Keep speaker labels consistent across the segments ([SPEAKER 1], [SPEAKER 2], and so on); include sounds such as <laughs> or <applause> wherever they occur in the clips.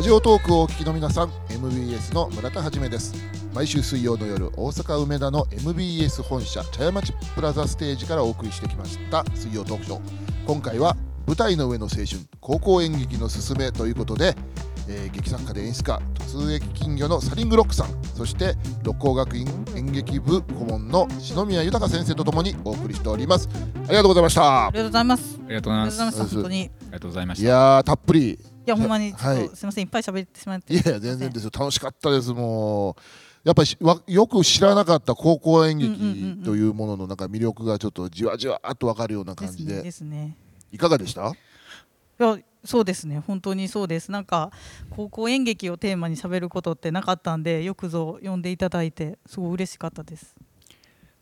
[SPEAKER 1] ジオトークをお聞きの皆さん MBS の村田はじめです毎週水曜の夜大阪梅田の MBS 本社茶屋町プラザステージからお送りしてきました水曜トークショー今回は舞台の上の青春高校演劇のすすめということで、えー劇作家で演出家突撃金魚のサリングロックさんそして六甲学院演劇部顧問の篠宮豊先生とともにお送りしておりますありがとうございました
[SPEAKER 2] ありがとうございます。
[SPEAKER 3] ありがとうご
[SPEAKER 2] あ
[SPEAKER 3] ざい
[SPEAKER 2] り
[SPEAKER 3] ま
[SPEAKER 2] が
[SPEAKER 3] す。
[SPEAKER 2] とうご
[SPEAKER 3] あ
[SPEAKER 2] ざいました。本当に。い
[SPEAKER 3] りがとうございま
[SPEAKER 1] い
[SPEAKER 3] した。
[SPEAKER 1] やーたっぷり
[SPEAKER 2] や、ほんまに、ちょっ
[SPEAKER 1] はい
[SPEAKER 2] とすみません、いっぱい喋ってしまって。
[SPEAKER 1] いやいや全然ですよ楽しかったですもうやっぱりしわよく知らなかった高校演
[SPEAKER 2] うんうんうんう
[SPEAKER 1] 劇
[SPEAKER 2] ん
[SPEAKER 1] というもののなんか魅力がちょっとじわじわっと分かるような
[SPEAKER 2] で
[SPEAKER 1] 感
[SPEAKER 2] す
[SPEAKER 1] じ
[SPEAKER 2] ね。
[SPEAKER 1] で
[SPEAKER 2] ですね。
[SPEAKER 1] いかがでした
[SPEAKER 2] いや、そうですね。本当にそうです。なんか、高校演劇をテーマに喋ることってなかったんで、よくぞ呼んでいただいて、すごい嬉しかったです。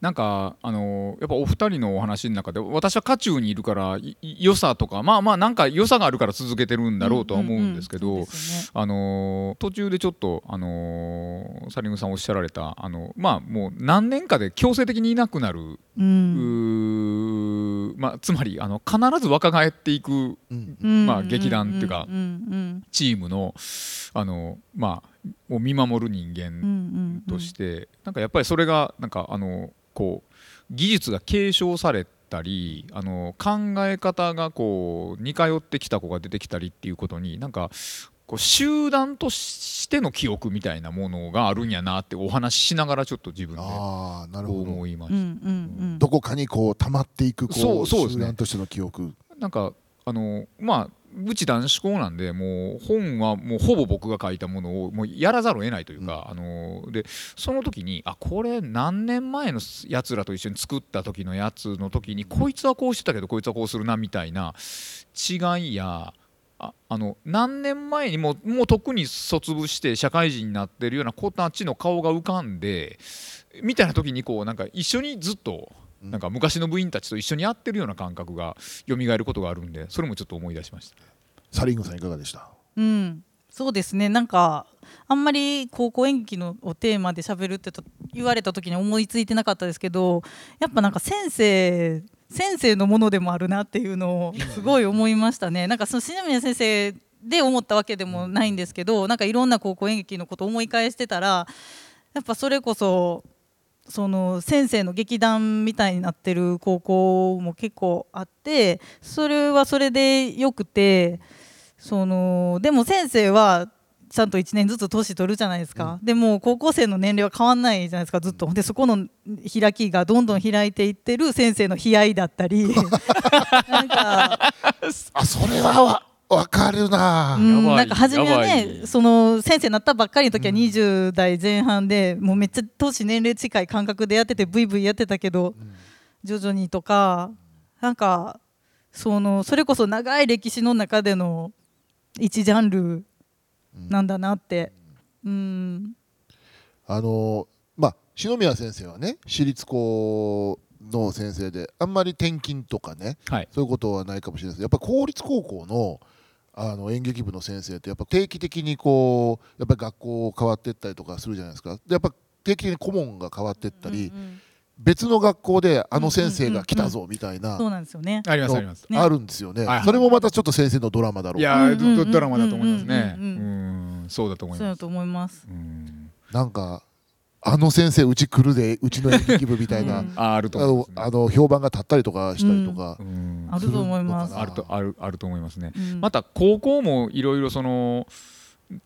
[SPEAKER 3] なんかあのーやっぱお二人のお話の中で私は渦中にいるからいい良さとかまあまあなんか良さがあるから続けてるんだろうとは思うんですけど、
[SPEAKER 2] うんうんうんそうですね
[SPEAKER 3] あのー途中でちょっと、あのーサリングさんおっしゃられたあのまあもう何年かで強制的にいなくなる、
[SPEAKER 2] うん。
[SPEAKER 3] うーまあ、つまりあの必ず若返っていく
[SPEAKER 1] うん
[SPEAKER 3] まあ劇団っていうか
[SPEAKER 2] うんうん
[SPEAKER 3] チームの、あのまあ、を見守る人間
[SPEAKER 2] うん。うんうん。
[SPEAKER 3] として、なんかやっぱりそれがなんかあのこう技術が継承されたりあの考え方がこう似通ってきた子が出てきたりっていうことになんかこう集団としての記憶みたいなものがあるんやなってお話ししながらちょっと自分でこ
[SPEAKER 1] ああなる
[SPEAKER 3] う
[SPEAKER 1] ほど
[SPEAKER 3] 思いま
[SPEAKER 2] う
[SPEAKER 3] し
[SPEAKER 2] んう
[SPEAKER 3] た。
[SPEAKER 2] んうん。
[SPEAKER 1] どこかにこう溜まっていく
[SPEAKER 3] そ
[SPEAKER 1] こう
[SPEAKER 3] うそうです
[SPEAKER 1] 集
[SPEAKER 3] ね
[SPEAKER 1] 団としての記憶
[SPEAKER 3] なんかあのまあうち男子校なんでもう本はもうほぼ僕が書いたものをもうやらざるを得ないというか、あのでその時にあこれ何年前のやつらと一緒に作った時のやつの時にこいつはこうしてたけどこいつはこうするなみたいな違いやああの何年前にもうもうとっくに卒部して社会人になってるような子たちの顔が浮かんでみたいな時にこうなんか一緒にずっと
[SPEAKER 1] うん
[SPEAKER 3] なんか昔の部員たちと一緒にやってるような感覚が蘇ることがあるんでそれもちょっと思い出しました。
[SPEAKER 1] サリングさんいかがでした
[SPEAKER 2] うん、そうですねなんかあんまり高校演劇のをテーマで喋るってと言われた時に思いついてなかったですけどやっぱなんか先生先生のものでもあるなっていうのをすごい思いましたね。なんかその篠宮先生で思ったわけでもないんですけどなんかいろんな高校演劇のことを思い返してたらやっぱそれこそその先生の劇団みたいになってる高校も結構あってそれはそれでよくてそのでも先生はちゃんと1年ずつ年取るじゃないですか、でも高校生の年齢は変わんないじゃないですかずっとでそこの開きがどんどん開いていってる先生の悲哀だったりなんか
[SPEAKER 1] あそれはわ分かるな、
[SPEAKER 2] うん
[SPEAKER 3] やばい
[SPEAKER 2] なんか初めは
[SPEAKER 3] やば
[SPEAKER 2] ね
[SPEAKER 3] い
[SPEAKER 2] その先生になったばっかりの時は20代前半で、もうめっちゃ年年齢近い感覚でやっててブイブイやってたけど、徐々にとかなんかそのそれこそ長い歴史の中での一ジャンルなんだなって。うん
[SPEAKER 1] あのまあ篠宮先生はね私立校の先生であんまり転勤とかね
[SPEAKER 3] はい、
[SPEAKER 1] そういうことはないかもしれないですやっぱ公立高校のあの演劇部の先生ってやっぱ定期的にこうやっぱり学校変わっていったりとかするじゃないですかでやっぱ定期的に顧問が変わっていったり、
[SPEAKER 2] うん
[SPEAKER 1] 別の学校であの先生が来たぞみたい
[SPEAKER 2] そ
[SPEAKER 1] な
[SPEAKER 2] うなんですよね。
[SPEAKER 3] ありますあり
[SPEAKER 1] の
[SPEAKER 3] ます。
[SPEAKER 1] あるんですよね、
[SPEAKER 3] はいはい
[SPEAKER 1] それもまたちょっと先生のドラマだろ
[SPEAKER 3] いうやー
[SPEAKER 2] うんうんうん
[SPEAKER 3] ドドラマだと思いますね。
[SPEAKER 2] う
[SPEAKER 3] うん
[SPEAKER 2] うん
[SPEAKER 3] んそうだと思い
[SPEAKER 2] そう
[SPEAKER 3] ま
[SPEAKER 2] だ
[SPEAKER 3] す。
[SPEAKER 2] と思います。
[SPEAKER 3] うん
[SPEAKER 1] なんかあの先生うち来るでうちの演劇部みたいな、
[SPEAKER 2] うん
[SPEAKER 3] ああると
[SPEAKER 1] あ
[SPEAKER 3] 思
[SPEAKER 1] の
[SPEAKER 3] いますね、
[SPEAKER 1] あの評判が立ったりとかしたりとか、
[SPEAKER 3] うん
[SPEAKER 2] あると思います
[SPEAKER 1] するのか。な
[SPEAKER 3] あるとあるあると思いますね。
[SPEAKER 2] うん
[SPEAKER 3] また高校もいろいろその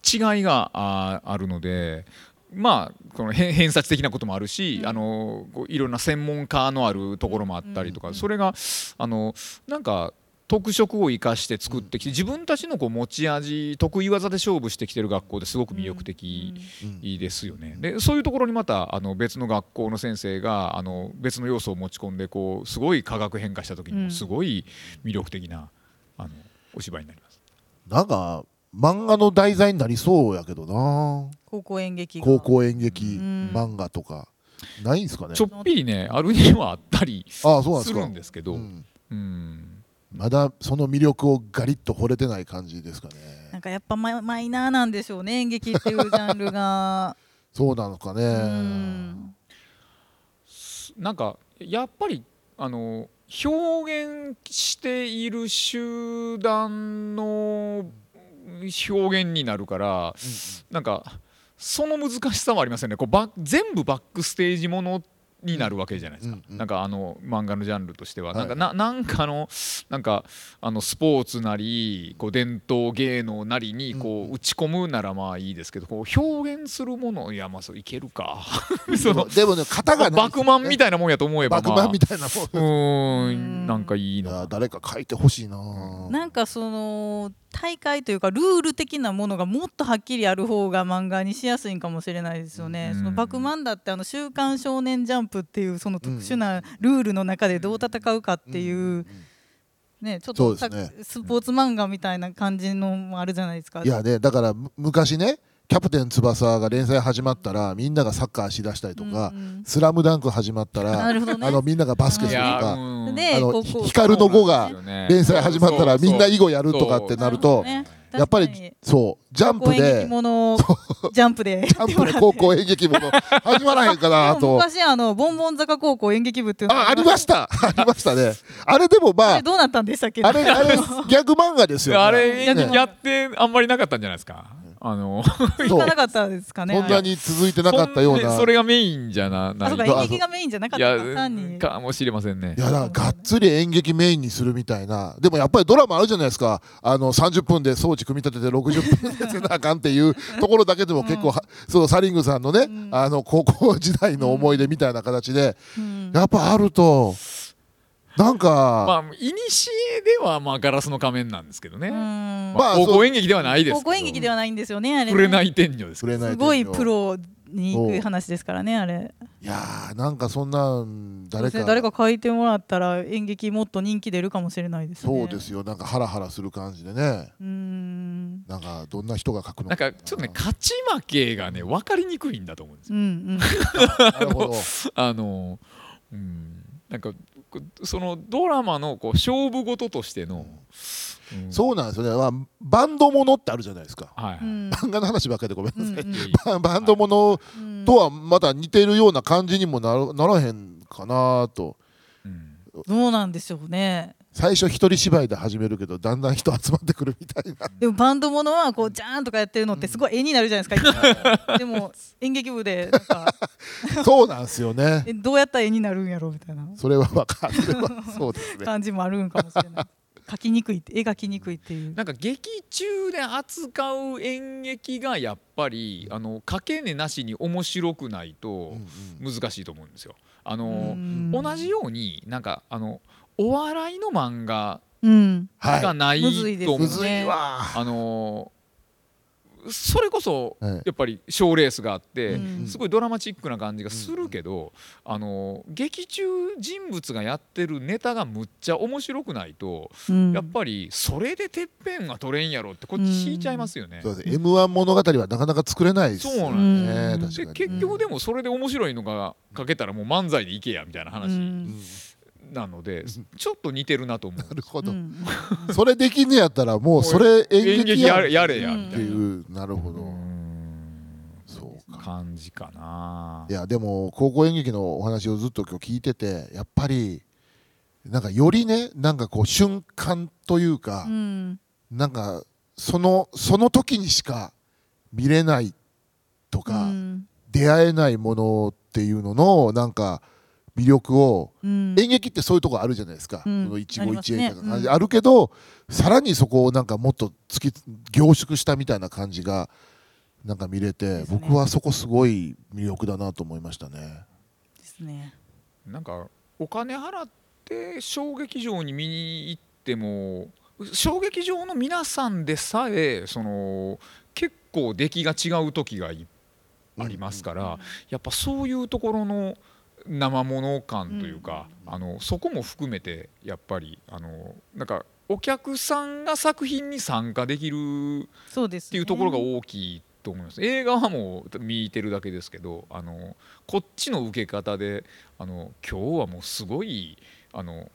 [SPEAKER 3] 違いがああるので。まあ、この偏偏差値的なこともあるし、
[SPEAKER 2] うん
[SPEAKER 3] あのこういろんな専門家のあるところもあったりとか、
[SPEAKER 2] うん
[SPEAKER 3] それがあのなんか特色を生かして作ってきて自分たちのこう持ち味得意技で勝負してきてる学校ですごく魅力的
[SPEAKER 1] うん
[SPEAKER 3] いいですよね。でそういうところにまたあの別の学校の先生があの別の要素を持ち込んでこうすごい化学変化した時に
[SPEAKER 2] う
[SPEAKER 3] も
[SPEAKER 2] ん
[SPEAKER 3] すごい魅力的なあのお芝居になります。
[SPEAKER 1] なんか漫画の題材になりそうやけどな
[SPEAKER 2] 高校演劇が
[SPEAKER 1] 高校演劇
[SPEAKER 2] うん
[SPEAKER 1] 漫画とかないんすかね
[SPEAKER 3] ちょっぴりねあるにはあったり
[SPEAKER 1] ああそうなんですす
[SPEAKER 3] る
[SPEAKER 1] か
[SPEAKER 3] んですけど、
[SPEAKER 1] う
[SPEAKER 3] うん
[SPEAKER 1] ん
[SPEAKER 3] うん
[SPEAKER 1] まだその魅力をガリッと惚れてない感じですかね
[SPEAKER 2] なんかやっぱマイマイナーなんでしょうね演劇っていうジャンル
[SPEAKER 3] <laughs>
[SPEAKER 2] が。
[SPEAKER 1] そうなのかね
[SPEAKER 2] うん
[SPEAKER 3] なんかやっぱりあの表現している集団の表現になるから、なんかその難しさはありませんねこうバッ全部バックステージものになるわけじゃないですか、
[SPEAKER 1] うんうん
[SPEAKER 3] なんかあの漫画のジャンルとしては、
[SPEAKER 1] はい
[SPEAKER 3] なんかななんかのなんかあのスポーツなりこう伝統芸能なりにこう打ち込むならまあいいですけどこう表現するものいやまあそういけるかその
[SPEAKER 1] でもね型がないです
[SPEAKER 3] 爆
[SPEAKER 1] よね、
[SPEAKER 3] 満みたいなもんやと思えば、
[SPEAKER 1] 爆
[SPEAKER 3] まあ、
[SPEAKER 1] 満みたいなもん、
[SPEAKER 3] うーんなんかいい
[SPEAKER 1] い
[SPEAKER 3] の
[SPEAKER 1] や誰か書いてほしいなぁ
[SPEAKER 2] なんかその大会というかルール的なものがもっとはっきりある方が漫画にしやすいんかもしれないですよね。
[SPEAKER 3] うん
[SPEAKER 2] そのバクマンだってあの週刊少年ジャンプっていうその特殊なルールの中でどう戦うかっていう、
[SPEAKER 1] んん
[SPEAKER 2] ねちょっ
[SPEAKER 1] そう
[SPEAKER 2] と
[SPEAKER 1] です
[SPEAKER 2] さ、
[SPEAKER 1] ね
[SPEAKER 2] スポーツ漫画みたいな感じのもあるじゃないですか。
[SPEAKER 1] いやねだからむ昔ね「キャプテン翼」が連載始まったらみんながサッカーしだしたりとか
[SPEAKER 2] うんうん
[SPEAKER 1] 「スラムダンク始まった
[SPEAKER 2] な
[SPEAKER 1] ら、
[SPEAKER 2] るほどね
[SPEAKER 1] あのみんながバスケす
[SPEAKER 3] い
[SPEAKER 1] ると
[SPEAKER 3] や
[SPEAKER 1] か
[SPEAKER 3] うん
[SPEAKER 2] で
[SPEAKER 1] あ
[SPEAKER 2] こ
[SPEAKER 1] の
[SPEAKER 2] う
[SPEAKER 1] ひ
[SPEAKER 2] こう
[SPEAKER 1] 光の碁が連載始まったらみんな囲
[SPEAKER 3] い
[SPEAKER 1] 碁やるとかってなると
[SPEAKER 2] ね
[SPEAKER 1] やっぱ
[SPEAKER 2] 確かに
[SPEAKER 1] りそうジャンプ
[SPEAKER 2] 高校演劇
[SPEAKER 1] で
[SPEAKER 2] ものをジャンプ
[SPEAKER 1] <laughs>
[SPEAKER 2] で
[SPEAKER 1] ジャンプで高校演劇もの始まらへんかな
[SPEAKER 2] でも
[SPEAKER 1] と。
[SPEAKER 2] 昔あのボンボン坂高校演劇部っていうのが
[SPEAKER 1] あありましたありましたね。あれでも
[SPEAKER 2] あ
[SPEAKER 1] まあ
[SPEAKER 2] れどうなったんでしたっけ
[SPEAKER 1] あれあれギャグ漫画ですよ、ね。
[SPEAKER 3] あれ
[SPEAKER 2] ね
[SPEAKER 3] やってあんまりなかったんじゃないですかあの
[SPEAKER 2] 聞かなかったですかね
[SPEAKER 1] そんなに続いてなかったよう
[SPEAKER 3] そん
[SPEAKER 1] な。
[SPEAKER 3] でそれがメインじゃな
[SPEAKER 2] あ
[SPEAKER 3] な
[SPEAKER 2] そう
[SPEAKER 1] あ
[SPEAKER 2] か
[SPEAKER 1] そう
[SPEAKER 2] 演
[SPEAKER 3] い
[SPEAKER 2] 劇がメインじゃなかっ
[SPEAKER 3] いや
[SPEAKER 2] たか単に
[SPEAKER 3] かもしれませんね
[SPEAKER 1] いやだからがっつり演劇メインにするみたいなでもやっぱりドラマあるじゃないですかあの30分で装置組み立てて60分でせなあかんって <laughs> いうところだけでも結構は、そうサリングさんのね、あの高校時代の思い出みたいな形で、
[SPEAKER 2] うん
[SPEAKER 1] やっぱあるとなんか、
[SPEAKER 3] まあいにしえではまあガラスの仮面なんですけどね、
[SPEAKER 2] う
[SPEAKER 3] ま
[SPEAKER 2] ん
[SPEAKER 1] まあ
[SPEAKER 3] あ、高校演劇ではないです
[SPEAKER 2] 高校演劇ではないんですよねあれね
[SPEAKER 3] 触れない天女です
[SPEAKER 1] 触れない
[SPEAKER 2] す
[SPEAKER 1] と
[SPEAKER 2] ご
[SPEAKER 1] う
[SPEAKER 2] い
[SPEAKER 1] の
[SPEAKER 2] プロに行く話ですからねあれ
[SPEAKER 1] いやーなんかそんなん誰
[SPEAKER 2] そうです
[SPEAKER 1] か
[SPEAKER 2] ね誰か書いてもらったら演劇もっと人気出るかもしれないですね
[SPEAKER 1] そうですよなんかハラハラする感じでね
[SPEAKER 2] うん
[SPEAKER 1] なんかどんな人が書くの
[SPEAKER 3] なんかちょっとね勝ち負けがね分かりにくいんだと思うんですよ
[SPEAKER 2] うんうん
[SPEAKER 1] なる
[SPEAKER 2] <laughs>
[SPEAKER 1] ほど
[SPEAKER 3] あのうんなんかこそのドラマのこう勝負事としての、うん
[SPEAKER 1] そうなんですよね、まあ、バンドものってあるじゃないですか
[SPEAKER 3] はい、
[SPEAKER 1] <laughs>
[SPEAKER 2] うん
[SPEAKER 1] 漫画の話ばっかりでごめんなさい、
[SPEAKER 2] うんう
[SPEAKER 1] <laughs>
[SPEAKER 2] ん
[SPEAKER 1] ババンドもの
[SPEAKER 2] うん
[SPEAKER 1] とはまた似てるような感じにもなるならへんかなと
[SPEAKER 3] うん
[SPEAKER 2] どうなんでしょうね
[SPEAKER 1] 最初一人芝居で始めるけどだんだん人集まってくるみた
[SPEAKER 2] <laughs>
[SPEAKER 1] いな
[SPEAKER 2] でもバンドものはこうジャーンとかやってるのってすごい絵になるじゃないですか、でも演劇部でなんか
[SPEAKER 1] そうなんですよね
[SPEAKER 2] えどうやったら絵になるんやろうみたいな
[SPEAKER 1] それはわかるそれはそうです
[SPEAKER 2] <laughs>
[SPEAKER 1] ね
[SPEAKER 2] 感じもあるんかもしれない <laughs> 描きにくいって絵描きにくいっていう
[SPEAKER 3] なんか劇中で扱う演劇がやっぱりあの掛け値なしに面白くないと難しいと思うんですよ。あの
[SPEAKER 2] うん
[SPEAKER 3] 同じようになんかあのお笑いの漫画
[SPEAKER 2] うん
[SPEAKER 1] は
[SPEAKER 3] が
[SPEAKER 1] い
[SPEAKER 3] ない
[SPEAKER 2] むずいです
[SPEAKER 3] と思う、
[SPEAKER 1] む
[SPEAKER 2] ね
[SPEAKER 1] ずいわ
[SPEAKER 3] あのそれこそ
[SPEAKER 1] はい
[SPEAKER 3] やっぱり賞ーレースがあって、
[SPEAKER 2] うん
[SPEAKER 3] すごいドラマチックな感じがするけど、あの劇中人物がやってるネタがむっちゃ面白くないと、
[SPEAKER 2] うん
[SPEAKER 3] やっぱりそれでてっぺんが取れんやろってこっち引いちゃいますよね。
[SPEAKER 1] そうです M1 物語はなかなか作れないです
[SPEAKER 3] そうなん
[SPEAKER 1] ね
[SPEAKER 3] で
[SPEAKER 2] うん
[SPEAKER 1] 確
[SPEAKER 3] す
[SPEAKER 1] か
[SPEAKER 3] よ
[SPEAKER 1] に
[SPEAKER 3] で結局でもそれで面白いのがかけたらもう漫才でいけやみたいな
[SPEAKER 2] う
[SPEAKER 3] 話
[SPEAKER 1] うん
[SPEAKER 2] ん
[SPEAKER 3] なので、ちょっと似てるなと思う。
[SPEAKER 1] なるほど、
[SPEAKER 2] うん
[SPEAKER 1] それできんねやったらもうそれ演
[SPEAKER 3] 演
[SPEAKER 1] 劇
[SPEAKER 3] 劇
[SPEAKER 1] や
[SPEAKER 3] や
[SPEAKER 1] んっ
[SPEAKER 3] れやれやみ
[SPEAKER 1] て
[SPEAKER 3] たいな。
[SPEAKER 1] いうなるほ
[SPEAKER 3] う
[SPEAKER 1] ど
[SPEAKER 3] ん
[SPEAKER 1] そうか。
[SPEAKER 3] 感じかない
[SPEAKER 1] やでも高校演劇のお話をずっと今日聞いててやっぱりなんかよりねなんかこう瞬間というか、
[SPEAKER 2] うん
[SPEAKER 1] なんかそのその時にしか見れないとか、
[SPEAKER 2] うん
[SPEAKER 1] 出会えないものっていうののなんか魅力を、
[SPEAKER 2] うん
[SPEAKER 1] 演劇ってそういうとこあるじゃないですか、
[SPEAKER 2] うん
[SPEAKER 1] その一期一
[SPEAKER 2] あります
[SPEAKER 1] 会
[SPEAKER 2] ね
[SPEAKER 1] とか感じ、
[SPEAKER 2] うん
[SPEAKER 1] あるけどさらにそこをなんかもっと突き凝縮したみたいな感じがなんか見れて、
[SPEAKER 2] ですね
[SPEAKER 1] 僕はそこすごい魅力だなと思いましたね。
[SPEAKER 2] ですね
[SPEAKER 3] なんかお金払って小劇場に見に行っても小劇場の皆さんでさえその結構出来が違う時がいありますから、やっぱそういうところの生もの感というか、あのそこも含めてやっぱりあのなんかお客さんが作品に参加できる
[SPEAKER 2] そうです
[SPEAKER 3] っ
[SPEAKER 2] って
[SPEAKER 3] いうところが大きいと思います、映画はもう見てるだけですけどあのこっちの受け方であの今日はもうすごいあの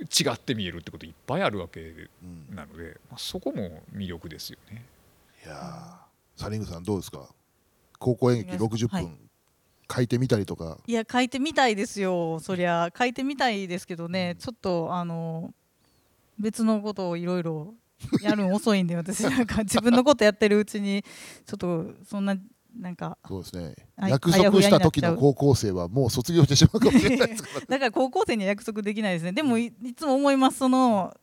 [SPEAKER 3] 違って見えるってこといっぱいあるわけ
[SPEAKER 1] うん
[SPEAKER 3] なので、まあ、そこも魅力ですよね。
[SPEAKER 1] いやーサリングさんどうですか高校演劇60分、
[SPEAKER 2] はい
[SPEAKER 1] 書いてみたりとか
[SPEAKER 2] いや書いてみたいですよそりゃ書いてみたいですけどねちょっとあの別のことをいろいろ <laughs> やるの遅いんで私なんか自分のことやってるうちにちょっとそんななんか
[SPEAKER 1] そうですね
[SPEAKER 2] あ
[SPEAKER 1] 約束した時
[SPEAKER 2] あやふやになっちゃ
[SPEAKER 1] の
[SPEAKER 2] う
[SPEAKER 1] 高校生はもう卒業してしまうかもしれないですから
[SPEAKER 2] だから高校生には約束できないですねでもいいつも思いますその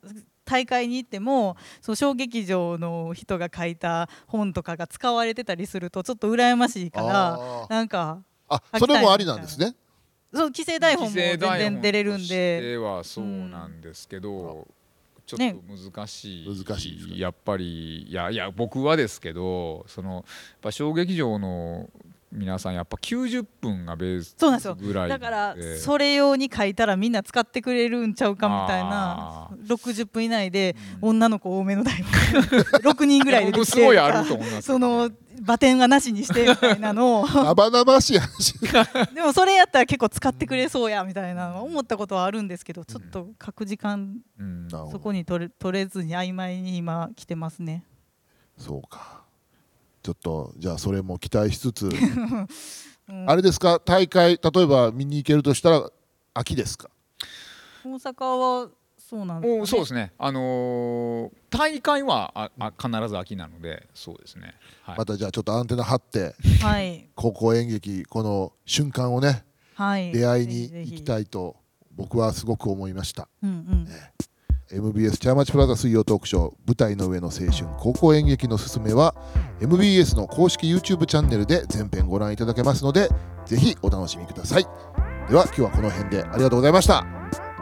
[SPEAKER 2] 大会に行ってもその小劇場の人が書いた本とかが使われてたりするとちょっと羨ましいから
[SPEAKER 1] あ
[SPEAKER 2] なん
[SPEAKER 1] ー
[SPEAKER 2] か
[SPEAKER 1] あ
[SPEAKER 2] 書きたい
[SPEAKER 1] それもありなんですね
[SPEAKER 2] そう規制台本も全
[SPEAKER 3] 規制台本
[SPEAKER 2] 然出れるん
[SPEAKER 3] とし
[SPEAKER 2] で
[SPEAKER 3] てはそうなんですけど、ちょっ
[SPEAKER 2] ね
[SPEAKER 3] と難しい、
[SPEAKER 1] 難しいですね
[SPEAKER 3] やっぱりいやいや僕はですけどそのやっぱ小劇場の皆さんやっぱ90分がベース
[SPEAKER 2] そうなんですよ
[SPEAKER 3] ぐらい
[SPEAKER 2] だから
[SPEAKER 3] で
[SPEAKER 2] それ用に書いたらみんな使ってくれるんちゃうかみたいな
[SPEAKER 3] あ
[SPEAKER 2] 60分以内で
[SPEAKER 3] うん
[SPEAKER 2] 女の子多めの台本 <laughs> 6人ぐらいでで
[SPEAKER 3] 僕
[SPEAKER 2] き
[SPEAKER 3] す
[SPEAKER 2] て
[SPEAKER 3] ごいあると思います
[SPEAKER 2] <laughs> そのバテンはなしにしてみたいなのを
[SPEAKER 1] 生々しい話
[SPEAKER 2] でもそれやったら結構使ってくれそうやみたいなのは思ったことはあるんですけどちょっと書く時間
[SPEAKER 3] うん
[SPEAKER 1] なるほど
[SPEAKER 2] <laughs> そこに取れ取れずに曖昧に今来てますね
[SPEAKER 1] そうかちょっとじゃあそれも期待しつつ、 <laughs>
[SPEAKER 2] ん
[SPEAKER 1] あれですか大会例えば見に行けるとしたら秋ですか
[SPEAKER 2] 大阪はそうなんですかね
[SPEAKER 3] おそうですね、あのー大会はああ必ず秋なのでそうですね、はい
[SPEAKER 1] またじゃあちょっとアンテナ張って
[SPEAKER 2] はい
[SPEAKER 1] 高校演劇この瞬間をね
[SPEAKER 2] はい
[SPEAKER 1] 出会いに行き
[SPEAKER 2] い
[SPEAKER 1] たいと僕はすごく思いました
[SPEAKER 2] うんうん、
[SPEAKER 1] MBS 茶屋町プラザ水曜トークショー「舞台の上の青春高校演劇のすすめは」MBS の公式 YouTube チャンネルで全編ご覧いただけますのでぜひお楽しみくださいでは今日はこの辺でありがとうございました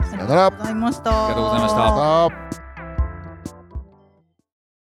[SPEAKER 1] さよなら
[SPEAKER 2] ありがとうございました
[SPEAKER 3] ありがとうございました
[SPEAKER 1] さあ